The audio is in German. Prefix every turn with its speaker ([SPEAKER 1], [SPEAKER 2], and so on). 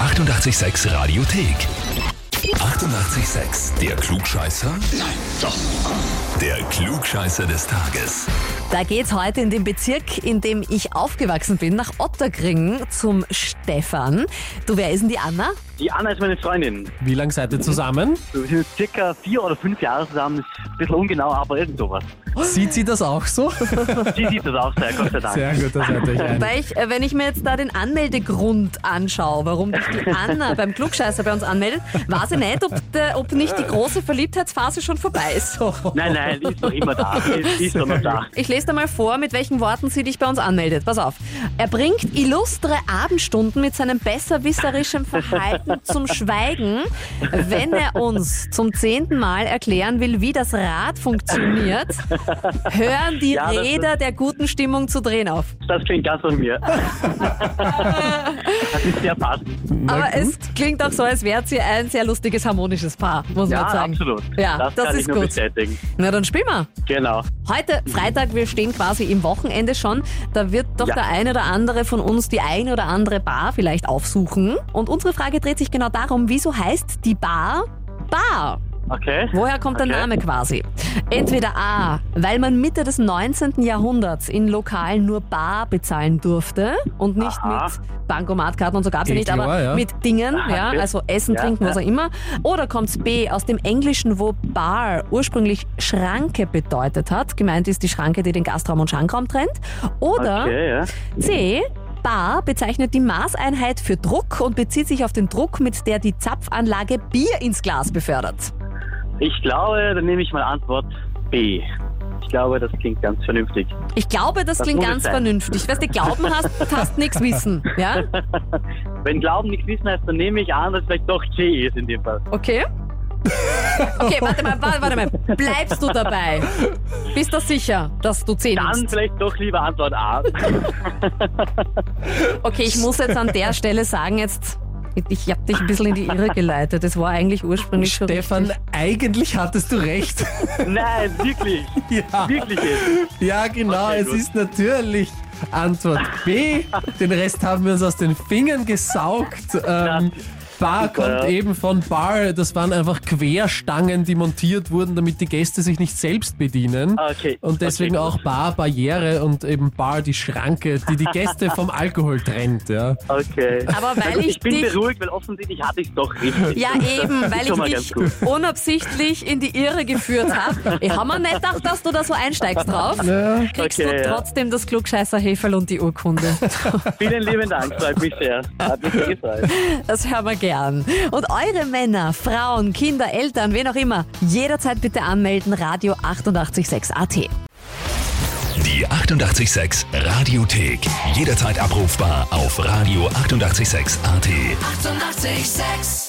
[SPEAKER 1] 886 Radiothek. 88,6. Der Klugscheißer? Nein, doch. Der Klugscheißer des Tages.
[SPEAKER 2] Da geht's heute in den Bezirk, in dem ich aufgewachsen bin, nach Otterkring zum Stefan. Du, wer ist denn die Anna?
[SPEAKER 3] Die Anna ist meine Freundin.
[SPEAKER 4] Wie lange seid ihr zusammen?
[SPEAKER 3] Wir sind jetzt circa vier oder fünf Jahre zusammen. Ist ein bisschen ungenau, aber irgend sowas.
[SPEAKER 4] Sieht sie das auch so?
[SPEAKER 3] Sie sieht das auch sehr, Gott sei Dank.
[SPEAKER 4] Sehr gut, das seid euch ein.
[SPEAKER 2] Weil ich, äh, wenn ich mir jetzt da den Anmeldegrund anschaue, warum dich die Anna beim Klugscheißer bei uns anmeldet, weiß ich nicht, ob, der, ob nicht die große Verliebtheitsphase schon vorbei ist.
[SPEAKER 3] Nein, nein, die ist noch immer da. Die die ist doch noch da.
[SPEAKER 2] Ich lese dir mal vor, mit welchen Worten sie dich bei uns anmeldet. Pass auf. Er bringt illustre Abendstunden mit seinem besserwisserischen Verhalten zum Schweigen, wenn er uns zum zehnten Mal erklären will, wie das Rad funktioniert. Hören die
[SPEAKER 3] Ja, das ist-
[SPEAKER 2] Räder der guten Stimmung zu drehen auf.
[SPEAKER 3] Das klingt ganz von mir. Das ist sehr passend.
[SPEAKER 2] Aber es klingt auch so, als wärt sie ein sehr lustiges, harmonisches Paar, muss
[SPEAKER 3] Ja,
[SPEAKER 2] man sagen.
[SPEAKER 3] absolut.
[SPEAKER 2] Ja,
[SPEAKER 3] das,
[SPEAKER 2] das
[SPEAKER 3] kann ich
[SPEAKER 2] ist
[SPEAKER 3] nur
[SPEAKER 2] gut.
[SPEAKER 3] bestätigen.
[SPEAKER 2] Na, dann spielen wir.
[SPEAKER 3] Genau.
[SPEAKER 2] Heute, Freitag, wir stehen quasi im Wochenende schon. Da wird doch
[SPEAKER 3] Ja.
[SPEAKER 2] der eine oder andere von uns die eine oder andere Bar vielleicht aufsuchen. Und unsere Frage dreht sich genau darum, wieso heißt die Bar Bar?
[SPEAKER 3] Okay.
[SPEAKER 2] Woher kommt der
[SPEAKER 3] Okay.
[SPEAKER 2] Name quasi? Entweder A, weil man Mitte des 19. Jahrhunderts in Lokalen nur Bar bezahlen durfte und nicht
[SPEAKER 3] Aha.
[SPEAKER 2] mit Bankomatkarten und so gab's ja
[SPEAKER 4] Eh
[SPEAKER 2] nicht,
[SPEAKER 4] klar,
[SPEAKER 2] aber
[SPEAKER 4] ja.
[SPEAKER 2] mit Dingen,
[SPEAKER 3] Ah,
[SPEAKER 2] ja,
[SPEAKER 3] okay.
[SPEAKER 2] also Essen,
[SPEAKER 3] Ja,
[SPEAKER 2] Trinken,
[SPEAKER 3] ja.
[SPEAKER 2] was auch immer. Oder kommt's B, aus dem Englischen, wo Bar ursprünglich Schranke bedeutet hat. Gemeint ist die Schranke, die den Gastraum und Schankraum trennt. Oder
[SPEAKER 3] Okay, ja.
[SPEAKER 2] C. Bar bezeichnet die Maßeinheit für Druck und bezieht sich auf den Druck, mit der die Zapfanlage Bier ins Glas befördert.
[SPEAKER 3] Ich glaube, dann nehme ich mal Antwort B. Ich glaube, das klingt ganz vernünftig.
[SPEAKER 2] Ich glaube, das,
[SPEAKER 3] Das
[SPEAKER 2] klingt
[SPEAKER 3] muss es
[SPEAKER 2] ganz
[SPEAKER 3] sein.
[SPEAKER 2] vernünftig. Weißt du, glauben hast, hast nichts wissen. Ja?
[SPEAKER 3] Wenn Glauben nichts wissen heißt, dann nehme ich an, dass vielleicht doch C ist in dem Fall.
[SPEAKER 2] Okay. Okay, warte mal, warte, warte mal. Bleibst du dabei? Bist du sicher, dass du 10
[SPEAKER 3] Dann
[SPEAKER 2] nimmst?
[SPEAKER 3] vielleicht doch lieber Antwort A.
[SPEAKER 2] Okay, ich muss jetzt an der Stelle sagen, jetzt, ich hab dich ein bisschen in die Irre geleitet. Das war eigentlich ursprünglich schon
[SPEAKER 4] Stefan, eigentlich hattest du recht.
[SPEAKER 3] Nein, wirklich.
[SPEAKER 4] Ja,
[SPEAKER 3] Wirklich jetzt.
[SPEAKER 4] ja genau,
[SPEAKER 3] Okay,
[SPEAKER 4] es
[SPEAKER 3] gut.
[SPEAKER 4] ist natürlich Antwort B. Den Rest haben wir uns aus den Fingern gesaugt. Ähm, Bar kommt
[SPEAKER 3] Ja.
[SPEAKER 4] eben von Bar. Das waren einfach Querstangen, die montiert wurden, damit die Gäste sich nicht selbst bedienen.
[SPEAKER 3] Ah, Okay.
[SPEAKER 4] Und deswegen
[SPEAKER 3] Okay,
[SPEAKER 4] auch
[SPEAKER 3] gut.
[SPEAKER 4] Bar Barriere und eben Bar die Schranke, die die Gäste vom Alkohol trennt. Ja.
[SPEAKER 3] Okay.
[SPEAKER 2] Aber weil
[SPEAKER 3] Na gut,
[SPEAKER 2] ich
[SPEAKER 3] ich bin
[SPEAKER 2] dich-
[SPEAKER 3] beruhigt, weil offensichtlich hatte ich es doch richtig.
[SPEAKER 2] Ja, eben, weil
[SPEAKER 3] schon mal
[SPEAKER 2] ich
[SPEAKER 3] ganz
[SPEAKER 2] dich unabsichtlich in die Irre geführt habe. Ich habe mir nicht gedacht, dass du da so einsteigst drauf. Kriegst
[SPEAKER 3] Okay,
[SPEAKER 2] du
[SPEAKER 3] ja.
[SPEAKER 2] trotzdem das klugscheißer Heferl und die Urkunde.
[SPEAKER 3] Vielen lieben Dank, freut mich sehr. Hat mich sehr gefreut.
[SPEAKER 2] Das hören wir gern. Und eure Männer, Frauen, Kinder, Eltern, wen auch immer, jederzeit bitte anmelden, Radio 886 AT.
[SPEAKER 1] Die 88,6 Radiothek. Jederzeit abrufbar auf radio886.at. 88,6.
[SPEAKER 2] 886